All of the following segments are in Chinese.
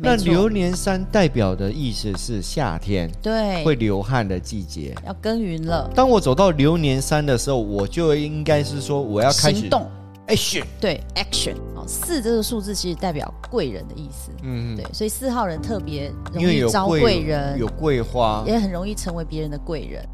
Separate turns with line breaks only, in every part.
那
没错
流年山代表的意思是夏天
对，
会流汗的季节。
要耕耘了，
当我走到流年山的时候，我就应该是说我要开始哎
行动。
action。
对，action 哦，四这个数字其实代表贵人的意思，
嗯，
对，所以四号人特别容
因为
易
有
招
桂
贵人
有，桂花，
也很容易成为别人的贵人。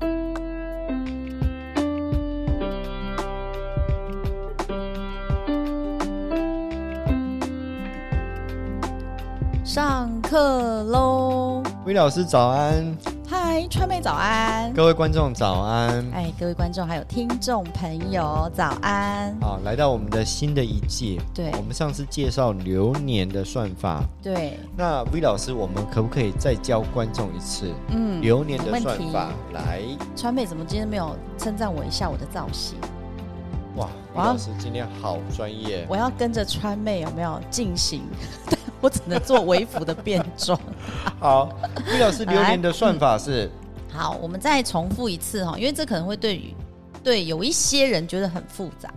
上课喽！
魏老师早安，
嗨，川妹早安！
各位观众早安。
哎，各位观众还有听众朋友早安！
好，来到我们的新的一季。
对
我们上次介绍流年的算法，
对，
那 V 老师，我们可不可以再教观众一次
嗯，
流年的
没问
算
题
法？来，
川妹怎么今天没有称赞我一下我的造型？
哇，魏
哇
老师今天好专业。
我要跟着川妹有没有进行？ 但我只能做微服的变装。
好，V 老师流年的算法 是
好，我们再重复一次哈，因为这可能会对于对有一些人觉得很复杂。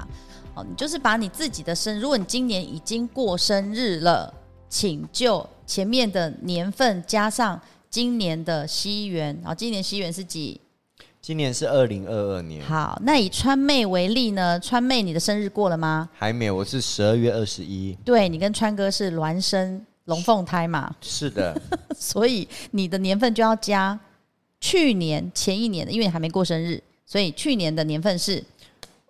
哦，你就是把你自己的生，如果你今年已经过生日了，请就前面的年份加上今年的西元，然后今年西元是几？
今年是二零二二年，
好，那以川妹为例呢，川妹你的生日过了吗？
还没有，我是十二月二十一。
对你跟川哥是孪生龙凤胎嘛，
是的，
所以你的年份就要加去年前一年的，因为你还没过生日，所以去年的年份是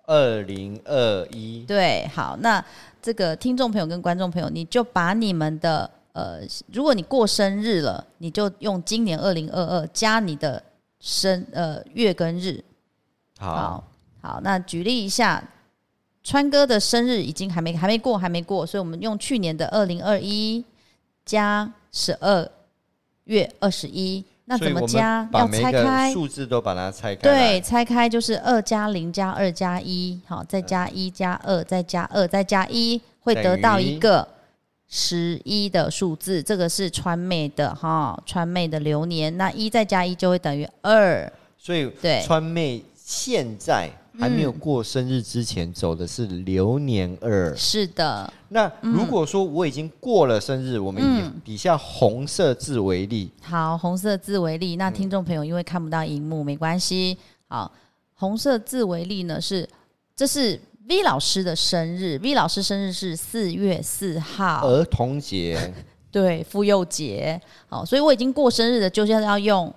二零二一。
对。好，那这个听众朋友跟观众朋友，你就把你们的呃，如果你过生日了，你就用今年二零二二加你的生呃月跟日。
好，
好，那举例一下。川哥的生日已经还没还没过，还没过，所以我们用去年的二零二一加十二月二十一，那
所
怎
以
么
我
加
们？把
要
每
拆
一个
开，
数字都把它拆开。
对，，拆开就是二加零加二加一，好，再加一加二，再加二，再加一，会
等
得到
于
一个十一的数字。这个是川妹的哈，川妹的流年，那一再加一就会等于二。
所以
对
川妹现在还没有过生日之前走的是流年二。
是的，
那如果说我已经过了生日，我们
嗯
以底下红色字为例，
好，红色字为例，那听众朋友因为看不到荧幕，没关系。好，红色字为例呢是，这是 V 老师的生日，V 老师生日是四月四号，
儿童节
对，妇幼节。好，所以我已经过生日的，就是要用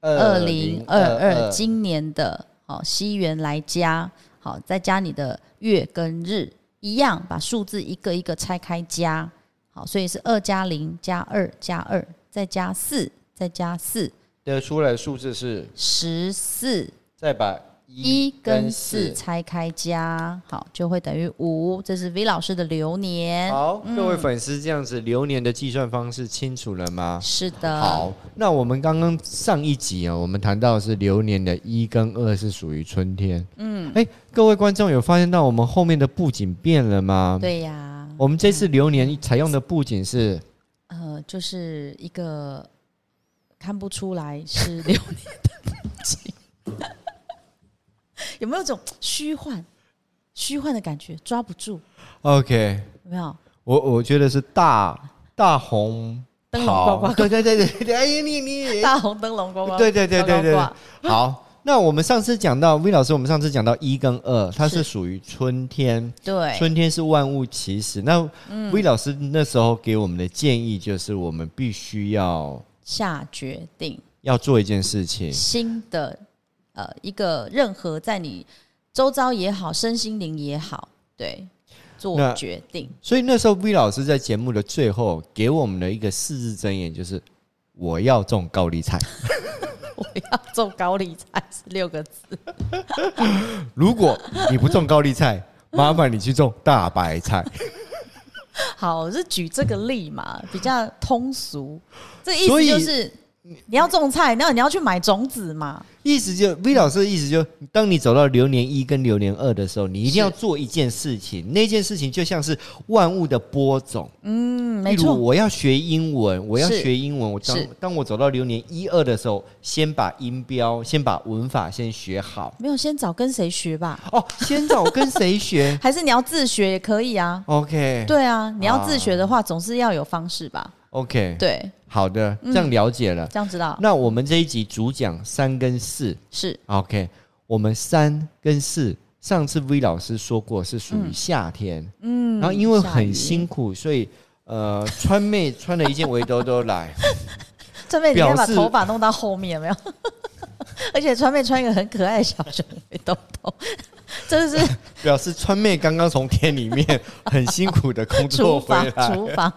二零二二
2022
今年的哦西元来加，好，再加你的月跟日，一样把数字一个一个拆开加，好，所以是二加零加二加二，再加四，再加四，
得出来的数字是，
十四
再把
一跟四拆开加，好，就会等于五。这是 V 老师的流年，
好，各位粉丝，这样子流年的计算方式清楚了吗？
是的，
好，那我们刚刚上一集啊，我们谈到的是流年的一跟二是属于春天。嗯，哎，各位观众有发现到我们后面的布景变了吗？，
对呀、
我们这次流年采用的布景是
呃，就是一个看不出来是流年的风景， 有没有一种虚幻、虚幻的感觉？抓不住，
OK，
有没有？
我我觉得是大大红
灯笼呱呱
袍，对对对对对，哎呀你你，
大红灯笼呱呱，
对对对对
呱呱
对
呱，
好。那我们上次讲到 V 老师，我们上次讲到一跟二，它是
是
属于春天，
对，
春天是万物起始。那 V 老师那时候给我们的建议就是，我们必须要
下决定
要做一件事情，
新的呃一个任何在你周遭也好，身心灵也好，对，
那
做决定，
所以那时候 V 老师在节目的最后给我们的一个四字箴言就是：我要中高利贷。
我要做高利贷是六个字，
如果你不种高丽菜，麻烦你去种大白菜。
好，我是举这个例嘛，比较通俗。这个意
所
思
以
就是你要种菜，那你要去买种子嘛。
意思就 V 老师的意思就，当你走到流年一跟流年二的时候，你一定要做一件事情，那件事情就像是万物的播种。
嗯，
例
没
如，
错，
我要学英文，我要
是
学英文。我当
是
当我走到流年一二的时候，先把音标，先把文法先学好。
没有先找跟谁学吧，
哦，先找跟谁 学
还是你要自学也可以啊。
？OK，
对啊，你要自学的话，总是要有方式吧。
OK，
对，嗯
好的，这样了解了。
这样知道
那我们这一集主讲三跟四
是
，OK，我们三跟四，上次 V 老师说过是属于夏天，
嗯
然后因为
下雨
很辛苦，所以呃，川妹穿了一件围兜兜 来，
川妹，你应该把
表示
头发弄到后面有没有？ 而且川妹穿一个很可爱的小熊围兜兜， 真 的是
表示川妹刚刚从田里面 很辛苦的工
厨
作回
房
来。
厨房。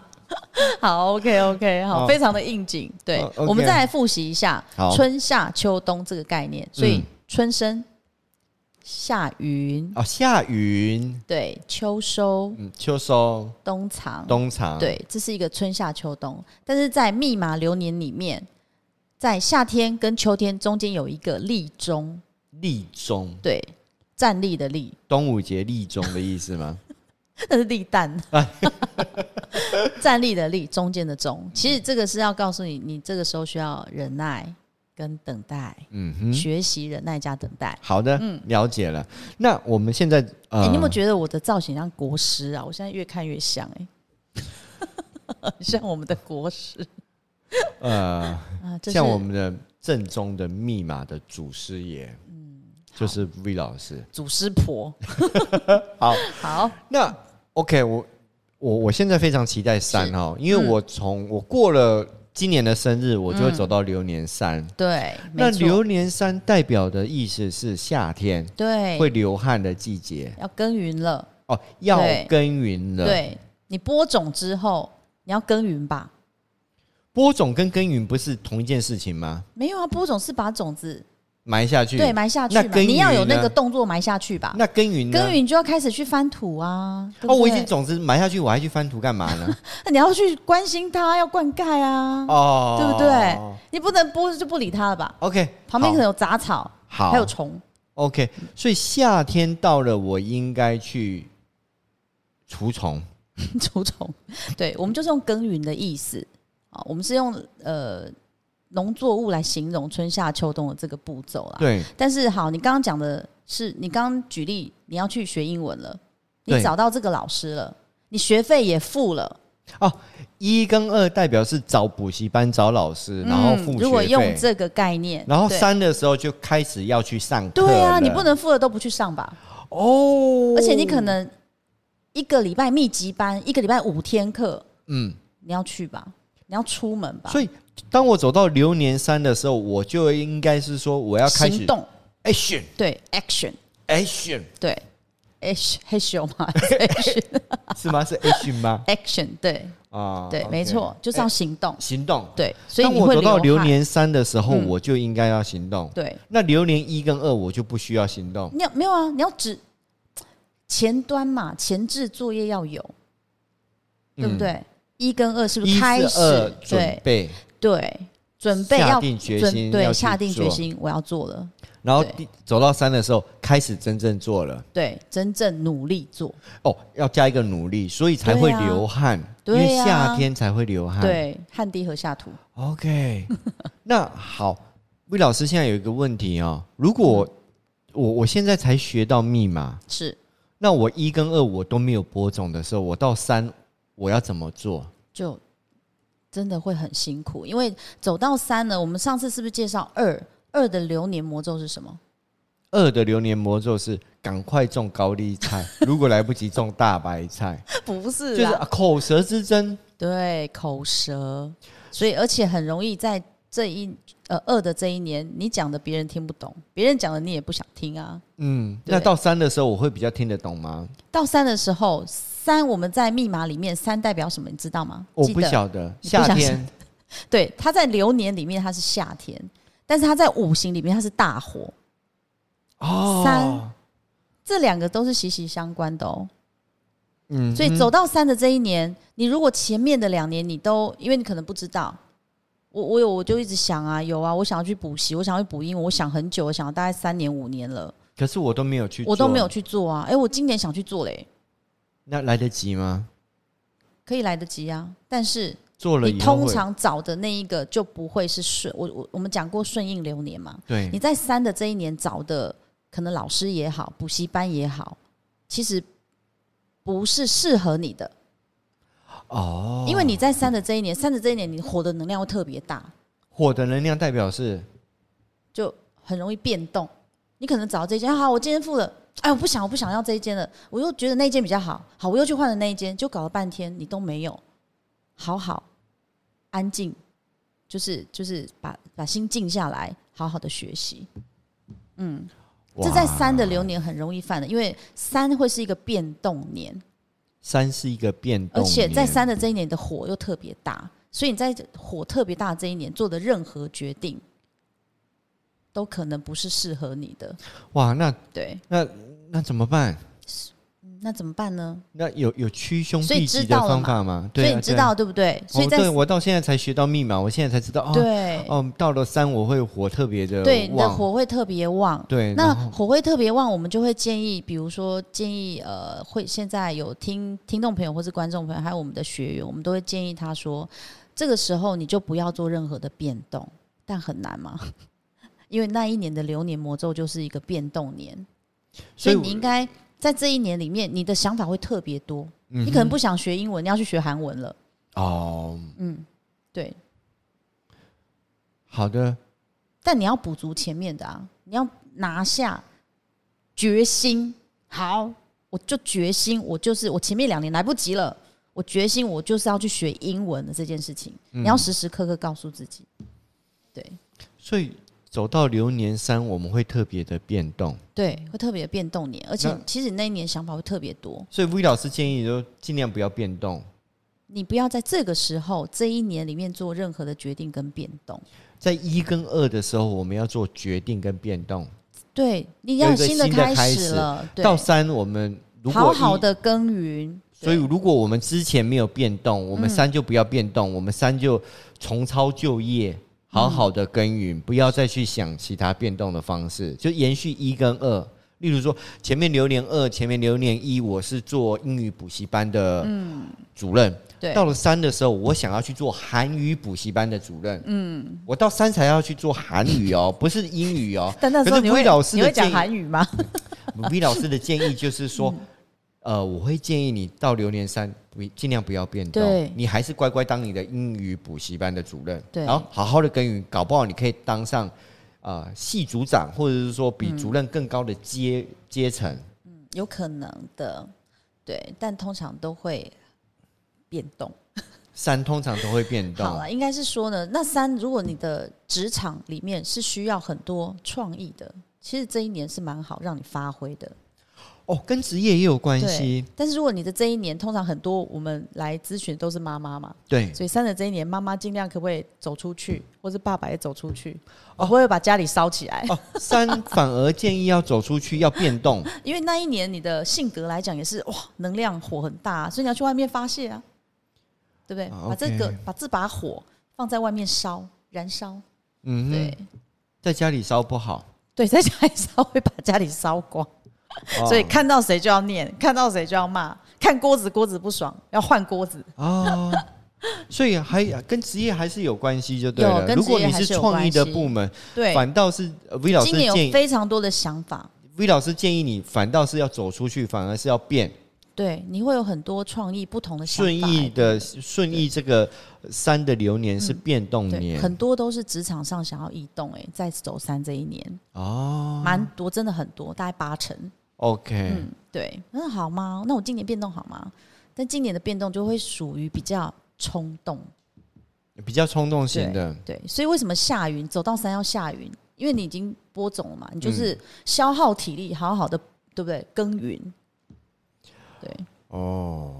好，OK OK，好，
哦
非常的应景。对，
哦，OK
我们再来复习一下
好
春夏秋冬这个概念。所以
嗯
春生、夏云，
哦，下云，
对，秋收、
嗯，秋收，
冬藏，
冬藏，，
对，这是一个春夏秋冬。但是在密码流年里面，在夏天跟秋天中间有一个立中，
立中，
对，站立的立，
端午节立中的意思吗？
那是立 蛋，站立的立，中间的中。其实这个是要告诉你，你这个时候需要忍耐跟等待，
嗯哼，
学习忍耐加等待。
好的，了解了。那我们现在
嗯哎、
呃，
你有没有觉得我的造型像国师啊？我现在越看越像 哎、很像我们的国师
呃，
啊，这是
像我们的正宗的密码的祖师爷，嗯，就是 V 老师。
祖师婆。
好，
好，
那 OK，我我我现在非常期待三
是嗯
哦，因为我从、我过了今年的生日，我就会走到流年三。
对，
那
嗯没错，
流年三代表的意思是夏天
对，
会流汗的季节
要耕耘了。
哦，要
对
耕耘了。，
对你播种之后，你要耕耘吧？
播种跟耕耘不是同一件事情吗？
没有啊，播种是把种子
埋下去，
对，埋下去
那
嘛，
耕
你要
耘
有那
呢
个动作埋下去吧。
那耕耘呢？
耕耘就要开始去翻土啊。对不
哦，我已
对
经种子埋下去，我还去翻土干嘛 呢？
那你要去关心它，要灌溉啊，
哦，
对不对？你不能播就不理它了吧？
？OK，
旁边
好
可能有杂草，
好，
还有虫，
OK，所以夏天到了，我应该去除虫。
除虫。对，我们就是用耕耘的意思啊，我们是用呃农作物来形容春夏秋冬的这个步骤啦。
对，
但是好，你刚刚讲的是，你刚刚举例，你要去学英文了，你
对
找到这个老师了，你学费也付了。
一跟二代表是找补习班、找老师，然后付
嗯如果
学
用
费。
这个概念，
然后
对
三的时候就开始要去上课了。
对啊，你不能付了都不去上吧？
哦，
而且你可能一个礼拜密集班，一个礼拜五天课，
嗯，
你要去吧？你要出门吧？
所以当我走到流年三的时候，我就应该是说我要开
行
始
动
action
对 action
action
对 action 黑熊 嘛 action
是吗？是 action 吗？
action 对
啊，
对，
OK
没错，就是要行动
行动。
对，所以
当
你
我
会
走到
流
流
汗
年三的时候，
嗯
我就应该要行动。
对。
那流年一跟二我就不需要行动。
你要没有啊？你要指前端嘛，前置作业要有，对不对？一跟二是不
嗯一
是开
是二
始？
准
对
备，
对，准备
下
要
定决
准
心要
对
去
下定决
做
心，我要做了。
然后
对
第走到三的时候开始真正做了。
对，真正努力做。
哦，要加一个努力，所以才会
对啊
流汗，因
对啊
为夏天才会流汗。
对，汗滴禾下土。
，OK 。 那好，魏老师现在有一个问题哦，如果我我现在才学到密码，
是
那我一跟二我都没有播种的时候，我到三我要怎么做？
就真的会很辛苦，因为走到三呢，我们上次是不是介绍二二的流年魔咒是什么？
二的流年魔咒是赶快种高丽菜，如果来不及种大白菜，
不是
就
啦，
是啊口舌之争。
对，口舌，所以而且很容易在这一呃二的这一年，你讲的别人听不懂，别人讲的你也不想听啊。
嗯，
对
那到三的时候我会比较听得懂吗？
到三的时候，三我们在密码里面三代表什么，你知道吗？
我
记
不
得。
晓得，
你不晓得
夏天
对，它在流年里面它是夏天，但是它在五行里面它是大火，
哦，
三这两个都是息息相关的哦。
嗯
所以走到三的这一年，你如果前面的两年你都，因为你可能不知道，我我有我就一直想啊，有啊，我想要去补习，我想要去补英文，我想很久，我想了大概三年五年了，
可是我都没有去，
我都没有，去做啊。哎、我今年想去做嘞，
那来得及吗？
可以来得及啊，但是
做了
你
以后
通
会
常找的那一个就不会是顺我我我们讲过顺应流年嘛，
对
你在三的这一年找的，可能老师也好，补习班也好，其实不是适合你的。
哦，
因为你在三的这一年，三的这一年你火的能量会特别大，
火的能量代表是
就很容易变动。你可能找到这一间，啊好，我今天付了，哎，我不想，我不想要这一间了，我又觉得那一间比较好，好，我又去换了那一间，就搞了半天你都没有，好好安静，就是就是把把心静下来，好好的学习。这在三的流年很容易犯的，因为三会是一个变动年，
三是一个变动
而
年，
且在三的这一年的火又特别大，所以你在火特别大的这一年做的任何决定，都可能不是适合你的。
哇，那
对，
那那怎么办？
嗯那怎么办呢？
那有有趋凶
所以
避吉
知
的
道了
方
嘛
法吗？
所
对啊
以你知
对啊
道对不对？所以
哦
在、
对我到现在才学到密码，我现在才知道哦，
对、
哦，到了三我会火特别的
对，你的
旺
火会特别旺。
对，
那
然后
火会特别旺，我们就会建议，比如说建议呃，会现在有听听众朋友或是观众朋友，还有我们的学员，我们都会建议他说，这个时候你就不要做任何的变动， 但很难嘛， 因为那一年的流年魔咒就是一个变动年，所以
我
你应该在这一年里面，你的想法会特别多，
嗯
你可能不想学英文，你要去学韩文了，
哦，
嗯，对，
好的，
但你要补足前面的啊，你要拿下决心。好，我就决心，我就是我前面两年来不及了，我决心我就是要去学英文的这件事情，
嗯
你要时时刻刻告诉自己，对
所以走到流年三，我们会特别的变动。
对，会特别变动你，而且
嗯那
其实你那一年想法会特别多，
所以 V 老师建议就尽量不要变动，
你不要在这个时候这一年里面做任何的决定跟变动，
在一跟二的时候，我们要做决定跟变动。
对，你要
有
有
一个
新的
新的
开
开
始
始
了，对，
到三，我们如果
好好
一，
的耕耘，
所以
对嗯
如果我们之前没有变动，我们三就不要变动，我们三就重操旧业，好好的耕耘，
嗯
不要再去想其他变动的方式，就延续一跟二。例如说，前面流年二，前面流年一，我是做英语补习班的主任，
嗯对
到了三的时候，我想要去做韩语补习班的主任。嗯，我到三才要去做韩语哦，不是英语哦。
但那时候
可
你
是 V
会
老师
你
的
会讲
建议
韩语吗？
，V 老师的建议就是说，
嗯
呃，我会建议你到流年三不尽量不要变
对
动，你还是乖乖当你的英语补习班的主任，
对
然后好好的耕耘，搞不好你可以当上呃系组长，或者是说
嗯
比主任更高的阶阶层。
有可能的，对，但通常都会变动。
三通常都会变
好啊
动，
了，应该是说呢，那三，如果你的职场里面是需要很多创意的，其实这一年是蛮好让你发挥的。
哦，跟职业也有关
对
系，，
但是如果你的这一年，通常很多我们来咨询都是妈妈嘛，
对。
所以三的这一年，妈妈尽量可不可以走出去，或是爸爸也走出去，我会不会把家里烧起来？
哦，三反而建议要走出去，要变动。
因为那一年你的性格来讲也是哇，能量火很大、所以你要去外面发泄啊，对不对？
啊
把这个
OK
把这把火放在外面烧，燃烧，
嗯
对、
哼，在家里烧不好，
对，在家里烧会把家里烧光，
哦
所以看到谁就要念，看到谁就要骂，看锅子锅子不爽要换锅子，
哦，所以还跟职业还是有关系，就对
有
了。
跟
如果
职业
你
还
是
是有
创意的
关系
部门，
对。
反倒是呃 V 老师
今年
建
有
议
非常多的想法，
V 老师建议你，反倒是要走出去，反而是要变
对，你会有很多创意、不同的想法，
顺意的顺意这个三的流年是变动
哎对，
年
很多都是职场上想要移动、哎，在走三这一年，
哦。
蛮多，真的很多，大概八成。
OK，
嗯，对，那好吗？那我今年变动好吗？但今年的变动就会属于比较冲动，
比较冲动型的，
对，所以为什么下云走到山要下云？因为你已经播种了嘛，你就是消耗体力，好好的，对不对？耕耘，对，
哦，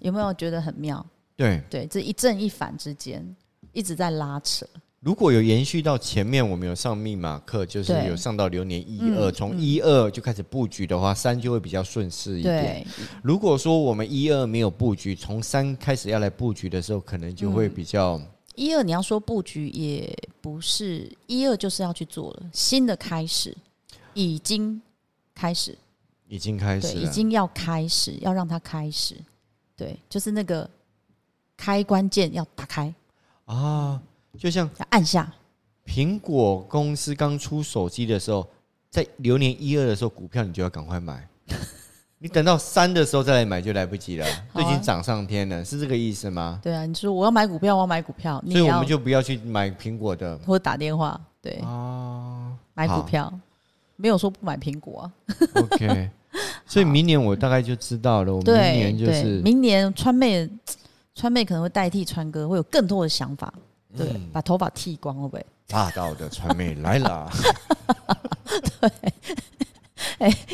有没有觉得很妙？
对。
对，这一正一反之间一直在拉扯，
如果有延续到前面，我们有上密码课，就是
对
有上到流年一
嗯
二，从一二就开始布局的话，三就会比较顺势一点。
对，
如果说我们一二没有布局，从三开始要来布局的时候，可能就
嗯
会比较、
一二你要说布局也不是，一二就是要去做了，新的开始已经开始，
已经开
对，
始
已
了。
经要开始，要让它开始，对，就是那个开关键要打开，
就像
要按下，
苹果公 司刚出手机的时候，在流年一二的时候，股票你就要赶快买。你等到三的时候再来买就来不及了，都
啊
已经涨上天了，是这个意思吗？
对啊，你说我要买股票，我要买股票，你
所以我
要
们就不要去买苹果 的
或打电话，对，
哦。
买股
好
票，没有说不买苹果啊。
OK，所以明年我大概就知道了，我明
对
年就
对，
是
明年川妹，川妹可能会代替川哥，会有更多的想法。对，
嗯
把头发剃光会不 会？
大道的传媒来了。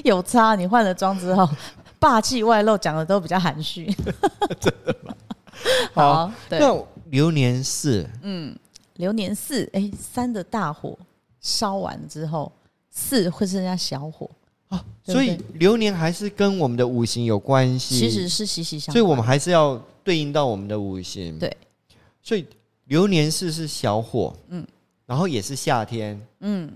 有差，你换了妆之后，霸气外露，讲的都比较含蓄。 真的吗？ 好， 对，
那流年四，
流年四，哎、三的大火烧完之后，四会剩下小火，对不对
所以流年还是跟我们的五行有关系。
其实是息息相
所以
关。
我们还是要对应到我们的五行。
对，
所以流年四是小火，嗯，然后也是夏天，嗯，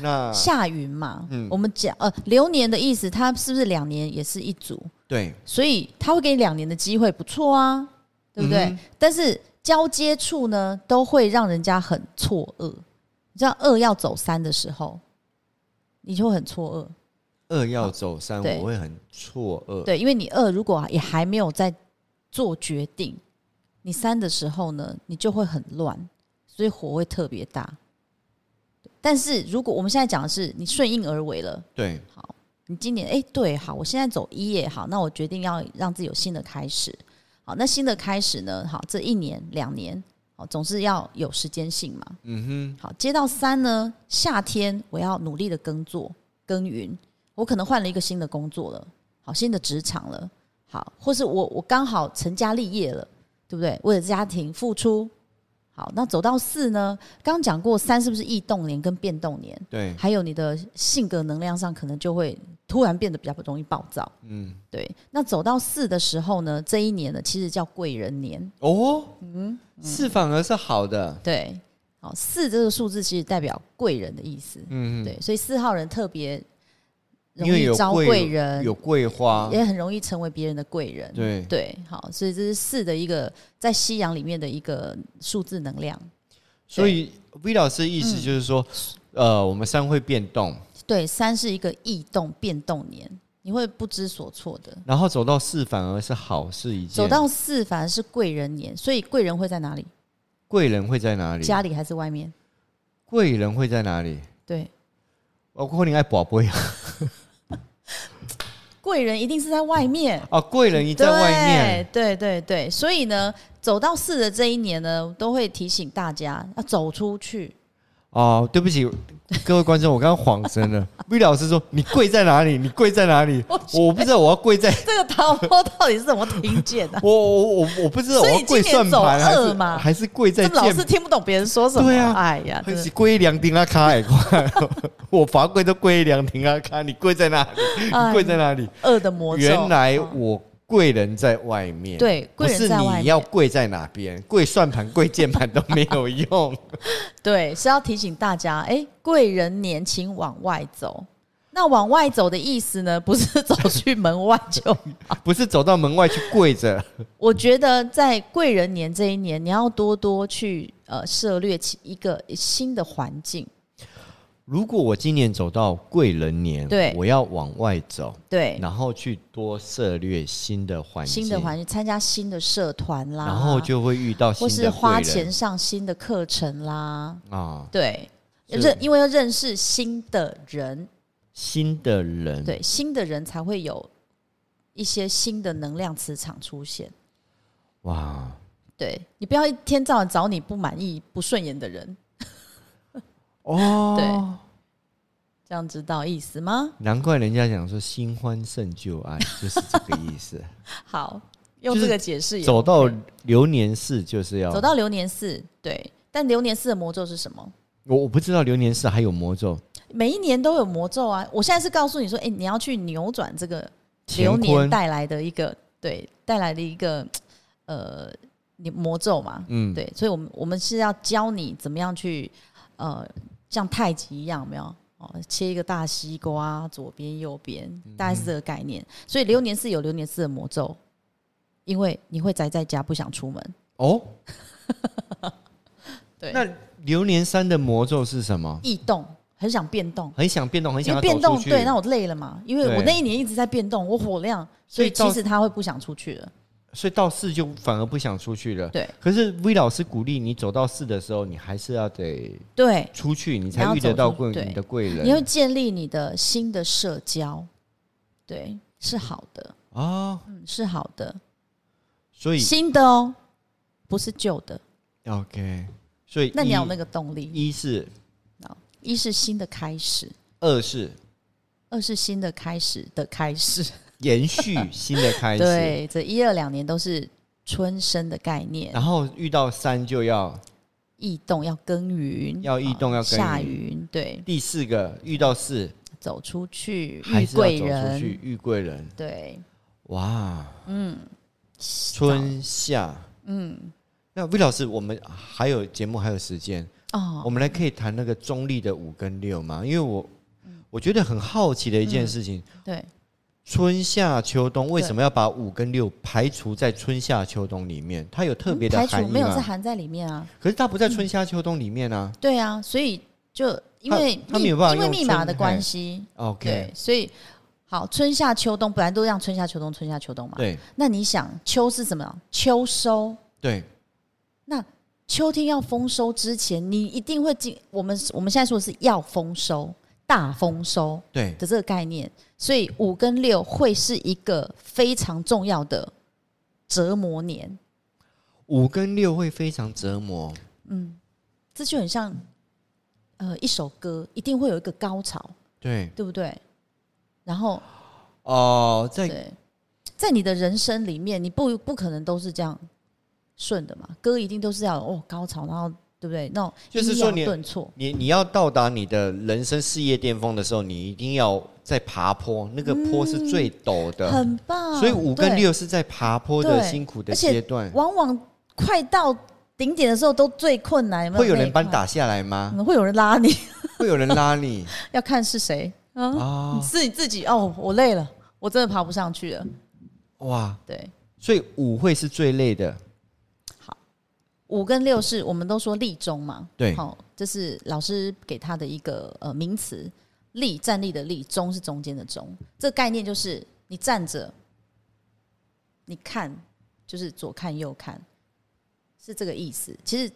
那
下云嘛，
啊嗯
我们讲呃，流年的意思，它是不是两年也是一组？
对
所以他会给你两年的机会，不错啊，对不对？
嗯
但是交接处呢，都会让人家很错愕。你知道二要走三的时候，你就会很错愕，
二要走三，
对
我会很错愕。
对，因为你二如果也还没有在做决定，你三的时候呢，你就会很乱，所以火会特别大。但是如果我们现在讲的是你顺应而为了，
对，
好，你今年哎、对，好，我现在走一也好，那我决定要让自己有新的开始。好，那新的开始呢？好，这一年两年，好，总是要有时间性嘛。
嗯
好，接到三呢，夏天我要努力的耕作耕耘，我可能换了一个新的工作了，好，新的职场了，好，或是我我刚好成家立业了，对不对？为了家庭付出。好，那走到四呢？刚刚讲过三是不是异动年跟变动年？
哼，对，
还有你的性格能量上，可能就会突然变得比较容易暴躁。
嗯，
对，那走到四的时候呢，这一年呢，其实叫贵人年。
哦，
嗯
四反而是好的，
对，好，四这个数字其实代表贵人的意思。
嗯，
对，所以四号人特别容
因为
易
有
招贵人，
有桂花，
也很容易成为别人的贵人。
对，
对，好，所以这是四的一个在西洋里面的一个数字能量。
所以 V 老师的意思就是说，
嗯
呃，我们三会变动，
对，三是一个异动变动年，你会不知所措的。
然后走到四反而是好事一件，
走到四反而是贵人年，所以贵人会在哪里？
贵人会在哪里？
家里还是外面？
贵人会在哪里？
对，
包括你爱宝贝啊，
贵人一定是在外面，
啊，贵人一在外面，
对。对对对，所以呢，走到四的这一年呢，都会提醒大家要走出去。
哦，对不起，各位观众，我刚刚恍神了。V 老师说：“你跪在哪里？你跪在哪里？”我不知道我要跪 在，
这个桃花到底是怎么听见 的、
我我我我不知道
所
我
以
要跪算盘
今年
还
走二
是
嘛
还是跪在
这老是
键，
听不懂别人说什么。
对啊
哎呀，
还
真
是
的
跪凉亭啊卡哎快， 我罚跪都跪凉亭啊卡，你跪在哪里？你
哎
跪在哪里？
恶的魔咒。
原来
哦
我贵人在外面，
对
不
贵人
是
在外
你
面
要跪在哪边，跪算盘、跪键盘都没有 用。
对，是要提醒大家，哎，贵人年请往外走。那往外走的意思呢，不是走去门外就
不是走到门外去跪着，
我觉得在贵人年这一年，你要多多去呃涉略其一个新的环境，
如果我今年走到贵人年，
对
我要往外走，
对，
然后去多涉略新的环境，
新的环境，参加新的社团啦，
然后就会遇到新
或
的
是花
贵人
钱上新的课程啦，
啊，
对，
是
认因为要认识新的人，
新的人。
对，新的人才会有一些新的能量磁场出现。
哇，
对你不要一天到晚找你不满意、不顺眼的人，
哦，
对这样知道意思吗？
难怪人家讲说新欢胜旧 爱，就是这个意思。
好，用
就是
这个解释也
走到流年四就是要
走到流年四，对，但流年四的魔咒是什么？
我我不知道流年四还有魔咒，
每一年都有魔咒啊！我现在是告诉你说，哎、你要去扭转这个流
乾
年
坤
带来的一个对带来的一个呃你魔咒嘛，
嗯，
对，所以我们我们是要教你怎么样去呃像太极一样，有没有？哦，切一个大西瓜，左边右边，
嗯
大概是这个概念。所以流年四有流年四的魔咒，因为你会宅在家不想出门，
哦，
对
那流年三的魔咒是什么？
异动很想变动，
很想变动，很
因
想
为
要
变
走
动
出去。
对，那我累了嘛，因为
对
我那一年一直在变动，我火量，
所
所
以
以
到
其实他会不想出去了。
所以到四就反而不想出去了。
对
可是 V 老师鼓励你走到四的时候，你还是要得
对，
出去，你
你
才
要
遇得
走
到
出
贵
对
你的贵人。
你会建立你的新的社交，对，是好的，
哦，
嗯，是好的，
所以
新的哦，不是旧的。
OK，所以
那你要有
一
那个动力，
一是
一是新的开始，
二是
二是新的开始的开始。
延续新的开始，
对，这一二两年都是春生的概念，
然后遇到三就要
异动要耕耘，
要异动
啊
要耕
下
耘
云，对，
第四个遇到四
走出去
还
遇
是要
贵
走出去
人，嗯
遇贵人，
对，
哇，
早
春夏，嗯，那魏老师，我们还有节目还有时间，
哦，嗯
我们来可以谈那个中立的五跟六吗？因为我我觉得很好奇的一件事情，
对，
春夏秋冬为什么要把五跟六排除在春夏秋冬里面？它有特别的
嗯排
含
除
义
没有是
吗？
含在里面啊，
可是它不在春夏秋冬里面啊。
对啊，所以就因
他
为
他
密
没有办法
因为
用
密码
春
的
嘿
关系，对
OK，，
所以好，春夏秋冬本来都让春夏秋冬，春夏秋冬嘛，
对
那你想秋是什么？秋收，
对
那秋天要丰收之前，你一定会经我们我们现在说的是要丰收、大丰收
对，
的这个概念，所以五跟六会是一个非常重要的折磨年。
五跟六会非常折磨。
这就很像呃一首歌，一定会有一个高潮，
对
对不对？然后
哦、在
对，在你的人生里面，你不不可能都是这样顺的嘛，歌一定都是要有哦高潮，然后对不对？那种
就是
抑
说
扬
你
顿挫，
你你要到达你的人生事业巅峰的时候，你一定要在爬坡，那个坡是最陡的，
嗯很棒。
所以五跟
对
六是在爬坡的
对
辛苦的
而且
阶段。
往往快到顶点的时候都最困难，有没有
会有人把
那
你
一块、
打下来 吗？
嗯会有人拉你，
会有人拉你
要看是谁啊？
啊
你？自己自己哦，我累了，我真的爬不上去了。
哇！
对，
所以五会是最累的，
五跟六是我们都说立中嘛，
对
好、这是老师给他的一个呃名词，立站立的立，中是中间的中，这个概念就是你站着，你看就是左看右看，是这个意思。其实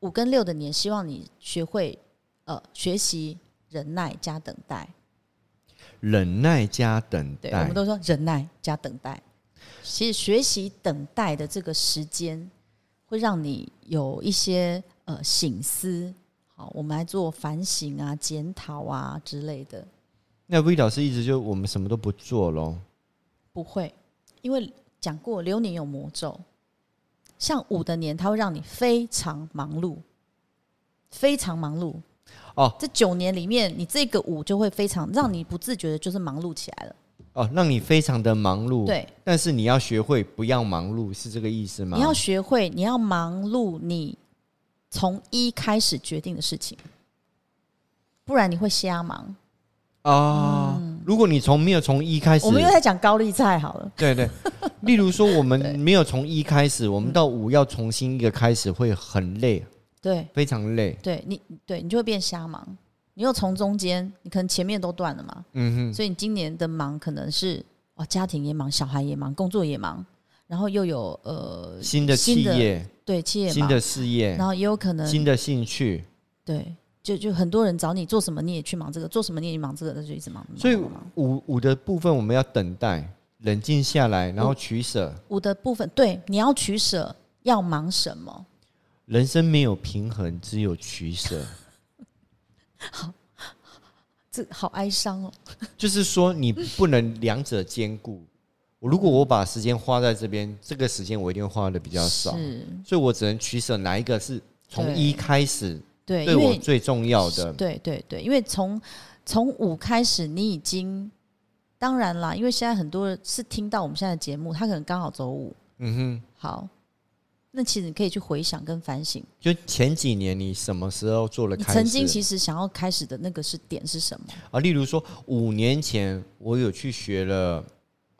五跟六的年，希望你学会呃学习忍耐加等待，
忍耐加等
对我
待
们。都说忍耐加等待，其实学习等待的这个时间，会让你有一些呃醒思。好，我们来做反省啊、检讨啊之类的。
那 V 老师一直就我们什么都不做喽，
不会，因为讲过流年有魔咒，像五的年，它会让你非常忙碌，非常忙碌。
哦
这九年里面，你这个五就会非常让你不自觉的，就是忙碌起来了。
哦，让你非常的忙碌。，
对，
但是你要学会不要忙碌，是这个意思吗？
你要学会，你要忙碌你从一开始决定的事情，不然你会瞎忙。
啊、如果你从没有从一开始
嗯我，们又在讲高丽菜好了，
对 对，例如说我
对
们没有从一开始，我们到五要重新一个开始，会很累，
对
非常累。
对，你对你就会变瞎忙。你又从中间，你可能前面都断了嘛，
嗯
所以你今年的忙可能是哦，家庭也忙，小孩也忙，工作也忙，然后又有呃
哼，新的
新
企
的
业、
对企业
新
忙，
的事业
然、后也有可能
新的兴趣，
对，就就很多人找你做什么你也去忙这个，做什么你也忙这个，那就一直忙。忙
所以
忙忙
五五的部分我们要等待，冷静下来，然后取舍。
五的部分，对，你要取舍，要忙什么？
人生没有平衡，只有取 舍。
这好哀伤哦。
就是说，你不能两者兼顾。我如果我把时间花在这边，这个时间我一定会花的比较少，
是，
所以我只能取舍哪一个是从
对
一开始
对，
对
因
我
为
最重要的。
对对对，因为从从五开始，你已经当然啦，因为现在很多人是听到我们现在的节目，他可能刚好走五，嗯哼，好，那其实你可以去回想跟反省，
就前几年你什么时候做了
你
开始？
曾经其实想要开始的那个是点是什么？
啊，例如说五年前我有去学了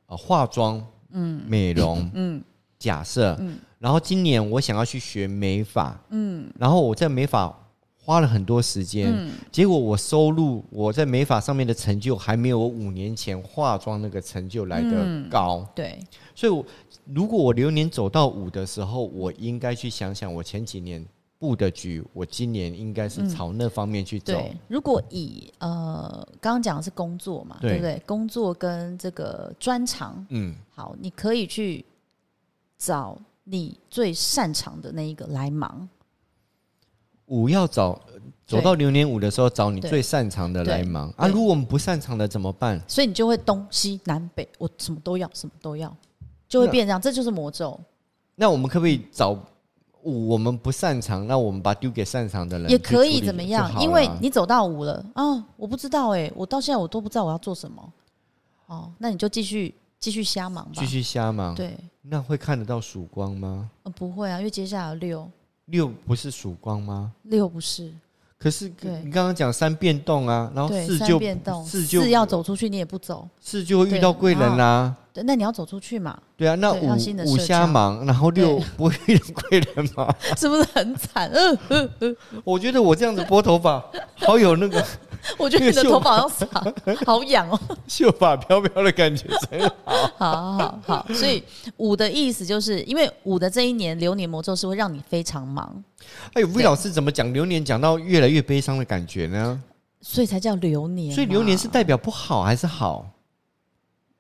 呃化妆，嗯，美容，嗯，假设，嗯，然后今年我想要去学美发，嗯，然后我在美发花了很多时间，结果我收入我在美发上面的成就还没有我五年前化妆那个成就来的高，
对，
所以我如果我流年走到五的时候，我应该去想想我前几年布的局，我今年应该是朝那方面去走。
对，如果以呃刚刚讲的是工作嘛，
对
对不对？工作跟这个专长，
嗯，
好，你可以去找你最擅长的那一个来忙，
五要找走到流年五的时候，找你
对
最擅长的来忙啊。
对
如果我们不擅长的怎么办？
所以你就会东西南北，我什么都要，什么都要，就会变这样，这就是魔咒，
那我们可不可以找五我们不擅长？那我们把丢给擅长的人
也可
啊去
以
处理
怎么
就
样？
好了
因为你走到五了啊，我不知道哎、我到现在我都不知道我要做什么，哦，那你就继续继续瞎忙吧
继，续瞎忙，
对、
那会看得到曙光吗？
呃不会啊，因为接下来有六
六不是曙光吗？
六不是。
可是
对
你刚刚讲三变动啊，然后
对，
四
三
就
变动，
四就
要走出去，你也不走，
四就会遇到贵人啦、啊
对，那你要走出去嘛，
对啊，那
对要新的
五五
社
瞎
交
忙，然后六不会遇到贵人吗？
是不是很惨？嗯、呃呃，
我觉得我这样子拨头发，好有那个
我觉得你的头发要洒，好痒哦。
秀发飘飘的感觉。
好好好，所以五的意思就是因为五的这一年流年魔咒是会让你非常忙，
哎，V 老师怎么讲流年讲到越来越悲伤的感觉呢？
所以才叫流年嘛。
所以流年是代表不好还是好？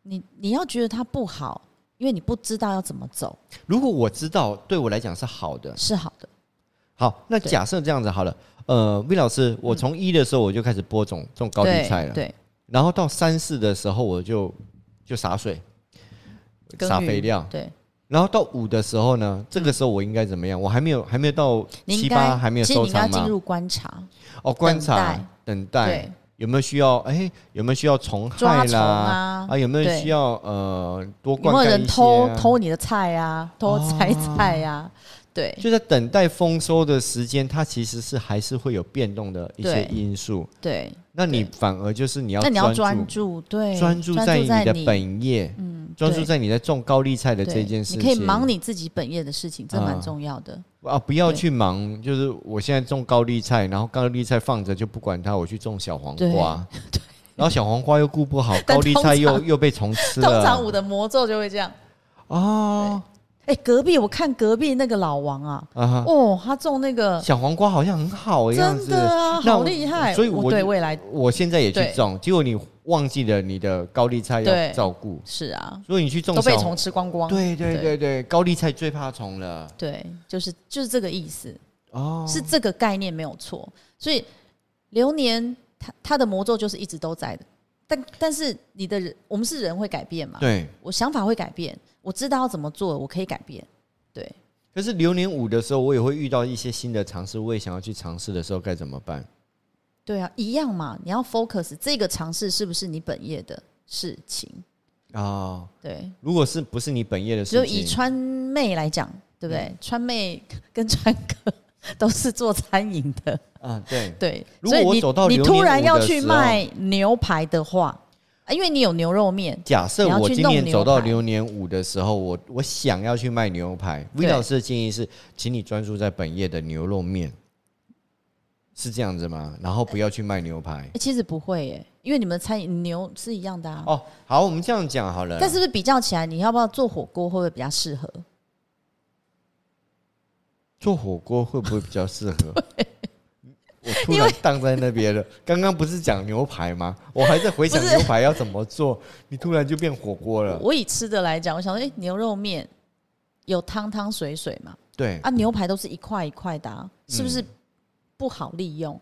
你你要觉得它不好，因为你不知道要怎么走
如果我知道，对我来讲是好的。
是好的。
好，那
对嗯
假设这样子好了，呃，V 老师，我从一的时候我就开始播种种高
对
丽菜了，
对，
然后到三四的时候我就就洒水、
耕
撒
耘
肥料，
对，
然后到五的时候呢，这个时候我应该怎么样？我还没有还没有到
你
七
应该
八，还没有
其实
收
你应该
场
进
吗？
入观察，
哦，观察等待
对，
有没有需要？哎，有没有需要虫害
抓虫
啦？
啊，
啊，有没有
对
需要呃多
有
灌
没有
溉
人
一些
偷
啊？哦
偷你的菜啊，偷摘菜啊？对
就在等待丰收的时间，它其实是还是会有变动的一些
对
因素。
对，
那你反而就是你要
那你要
专
专注，对，
专注在你的
你，
本业，
嗯，
专注
对
在你在种高丽菜的这
对
件事情。
你可以忙你自己本业的事情，这
啊
蛮重要的。
啊，不要
对
去忙，就是我现在种高丽菜，然后高丽菜放着就不管它，我去种小黄
对
瓜，然后小黄瓜又顾不好，
但
高丽菜又
通
又被虫吃
通常
了
我的魔咒就会这样。
啊
哎，隔壁我看隔壁那个老王啊，
啊哈！
哦，他种那个
小黄瓜好像很好的样
真
子，
的啊，
那
好
我
厉害。
所以
我
我
对未来
我现在也去
对
种，结果你忘记了你的高丽菜要
对
照顾，
是啊，
所以你去种
都被
小
虫吃光光。
对对
对
对对，高丽菜最怕虫了
对，就是就是这个意思。
哦，
是这个概念没有错。所以流年它它的魔咒就是一直都在的，但但是你的人，我们是人会改变嘛？
对。
我想法会改变，我知道要怎么做，我可以改变。对，
可是流年五的时候，我也会遇到一些新的尝试，我也想要去尝试的时候该怎么办？
对啊，一样嘛。你要 focus 这个尝试是不是你本业的事情？
啊、
对，
如果是不是你本业的事
就
情，
以川妹来讲，对不对？
嗯
川妹 跟川哥都是做餐饮的，
啊，对，
对，
如果
所以
我
你
走到
你
流
突
年
然
五
要
的
去
时候
卖牛排的话，啊因为你有牛肉面，
假设
你要
我
去
今
弄
年
牛
走到
排
流年五的时候，我我想要去卖牛排，V
对
老师的建议是，请你专注在本业的牛肉面，是这样子吗？然后不要去卖牛排。
欸其实不会耶，因为你们的餐饮牛是一样的啊。
哦，好，我们这样讲好了。
但是不是比较起来，你要不要做火锅会不会比较适合？
做火锅会不会比较适 合？我突然荡在那边了。刚刚不是讲牛排吗？我还在回想
不是
牛排要怎么做，你突然就变火锅了。
我以吃的来讲，我想说，哎、牛肉面有汤汤水水嘛，
对，
啊，牛排都是一块一块的、啊，是
嗯
不是不好利用？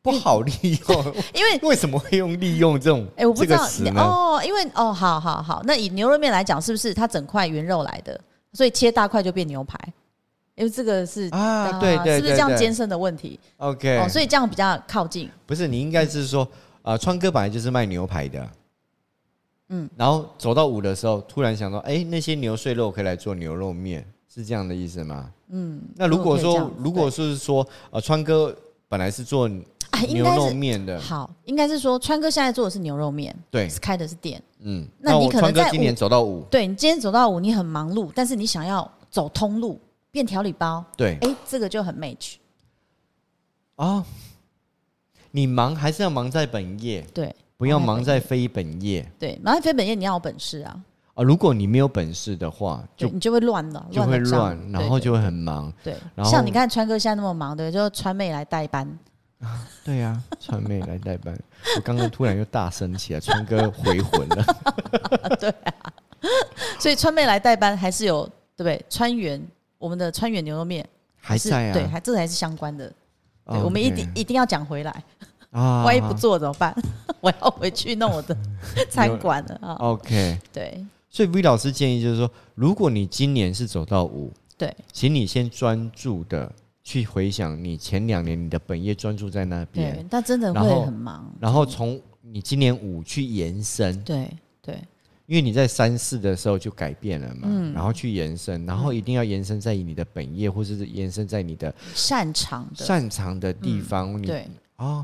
不好利用。
因为
为什么会用利用这种
哎、我不
这
知
个
道
词
你
呢？
哦，因为哦，好好好，那以牛肉面来讲，是不是它整块原肉来的，所以切大块就变牛排？因为这个是
啊，对对对，
哦是不是这样
对
艰深的问题？
OK，、
哦，所以这样比较靠近。
不是你应该是说，呃，川哥本来就是卖牛排的，嗯，然后走到五的时候，突然想到，哎，那些牛碎肉可以来做牛肉面，是这样的意思吗？嗯，那如果
如果可以这
说
样子
如果是说，呃，川哥本来是做呃
啊，应
牛
该
肉
是
面的，
好，应该是说川哥现在做的是牛肉面，
对，
是开的是店。
嗯，
那你
我
可能
川哥
在
今年走到五，
对你今天走到五，你很忙碌，但是你想要走通路变调理包，哎
对，
哎、这个就很 match。
啊，你忙还是要忙在本业，
对
不要忙在非本业
对，然后非本业你要有本事啊，
啊。如果你没有本事的话，
对
就
你就会乱了，
就会
得上
乱，然后就会很忙。
对
然
对，
后
像你看川哥现在那么忙，对，就川妹来代班，
对呀、啊，川妹来代班。我刚刚突然又大声起来，川哥回魂了。
所以川妹来代班还是有对不对？川原我们的川原牛肉面
还
是
在啊？
对，还这还是相关的，对，
哦
我们一
OK
定一定要讲回来，
啊
万一不做怎么办？ 我要回去弄 我的餐馆了啊！
OK，
对
所以 V 老师建议就是说，如果你今年是走到五，
对
请你先专注的去回想你前两年你的本业专注在那边，
对，但真的
然后
会很忙，
然后从你今年五去延伸，
对对
因为你在三四的时候就改变了嘛，然后去延伸，然后一定要延伸在你的本业，或者是延伸在你的
擅长的，
擅长的地方，你
对
哦，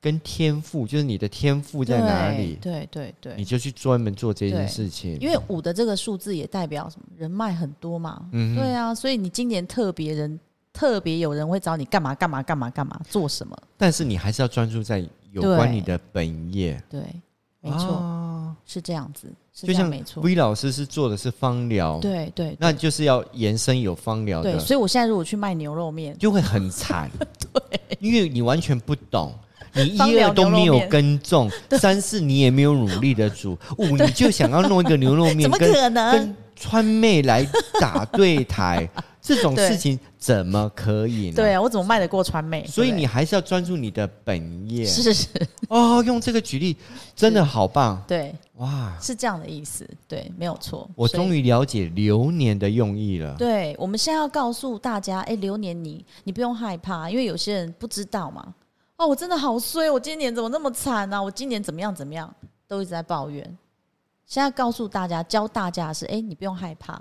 跟天赋就是你的天赋在哪里，
对对对
你
对，
就去专门做这件
对
事情。
因为五的这个数字也代表什么？人脉很多嘛，
嗯哼
对啊，所以你今年特别人特别有人会找你干嘛干嘛干嘛干嘛做什么？
但是你还是要专注在有
对
关你的本业，
对，没错，
啊
是这样子，是
就
这样
像
没错，
V 老师是做的是芳疗，
对对
那就是要延伸有芳疗
对，
的，
所以我现在如果去卖牛肉面，
就会很 惨，对，因为你完全不懂。你一
芳疗
二都没有
牛肉面
跟中，三四你也没有努力的煮，五你就想要弄一个牛肉面
怎么
跟
可能
跟？川妹来打对 台，这种
对
事情怎么可以呢？
对，啊，我怎么卖得过川妹？
所以
对不
你还是要专注你的本业
对是是，
哦。用这个举例真的好棒
对，
哇！
是这样的意思，对，没有错。
我
所以
终于了解流年的用意了。
对，我们现在要告诉大家，哎、流年你你不用害怕，因为有些人不知道嘛。哦，我真的好衰，我今年怎么那么惨啊？我今年怎么样怎么样，都一直在抱怨。现在告诉大家，教大家的是，哎、你不用害怕，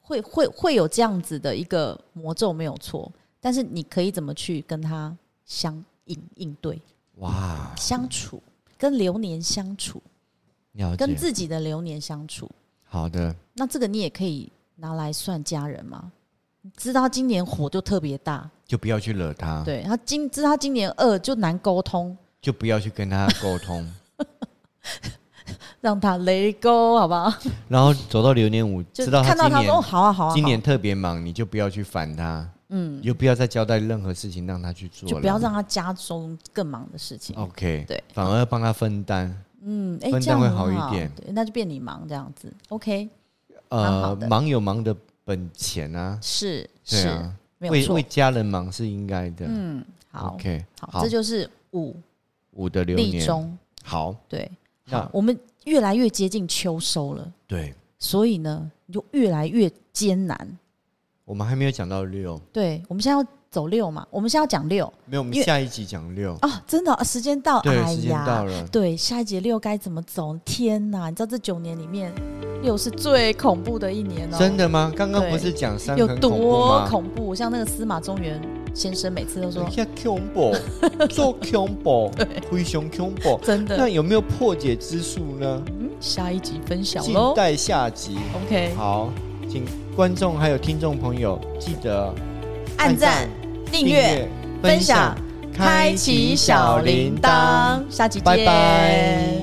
会会会有这样子的一个魔咒没有错，但是你可以怎么去跟他相应应对、
哇，
相处，跟流年相处，
了
跟
解。
自己的流年相处。
好的，
那这个你也可以拿来算家人嘛？你知道他今年火就特别大，
就不要去惹他，
对他今知道他今年二就难沟通，
就不要去跟他沟通。
让他 let it go 好不好？
然后走到流年五，
就
知道
看到
今
他说哦
年
好啊好啊，好啊
今年特别忙，你就不要去烦他，嗯，你就不要再交代任何事情让他去做了，
就不要让他加重更忙的事情。
OK，
对
反而帮他分担。
嗯，哎、
分
这样
担会
很
好一点
对，那就变你忙这样子，OK，蛮
呃
好，的
忙有忙的本钱啊，
是
对
是、
啊，
没有
为为
错，
家人忙是应该的。
嗯，好
OK，
好，这就是五
五的流
立
年，啊
中，
好，
对，
那
好，我们越来越接近秋收了，
对
所以呢，你就越来越艰难。
我们还没有讲到六，
对，我们现在要走六嘛，我们现在要讲六
没有，我们
因为
下一集讲六，
啊，真的、啊时间到，
对，
哎
时间到
呀，
了。
对，下一节六该怎么走？天哪，你知道这九年里面，六是最恐怖的一年哦，
真的吗？刚刚
对
不是讲三
有
很恐怖
多
吗？
恐怖？像那个司马中原先生每次都说，
下恐怖， 做恐怖，灰熊恐怖。
真
那
的，
有没有破解之术呢？
嗯，下一集分享
静
喽。
待下集。
OK，
好，请观众还有听众朋友记得
按赞、订阅、分享、开启小铃铛，，下集见，
拜拜。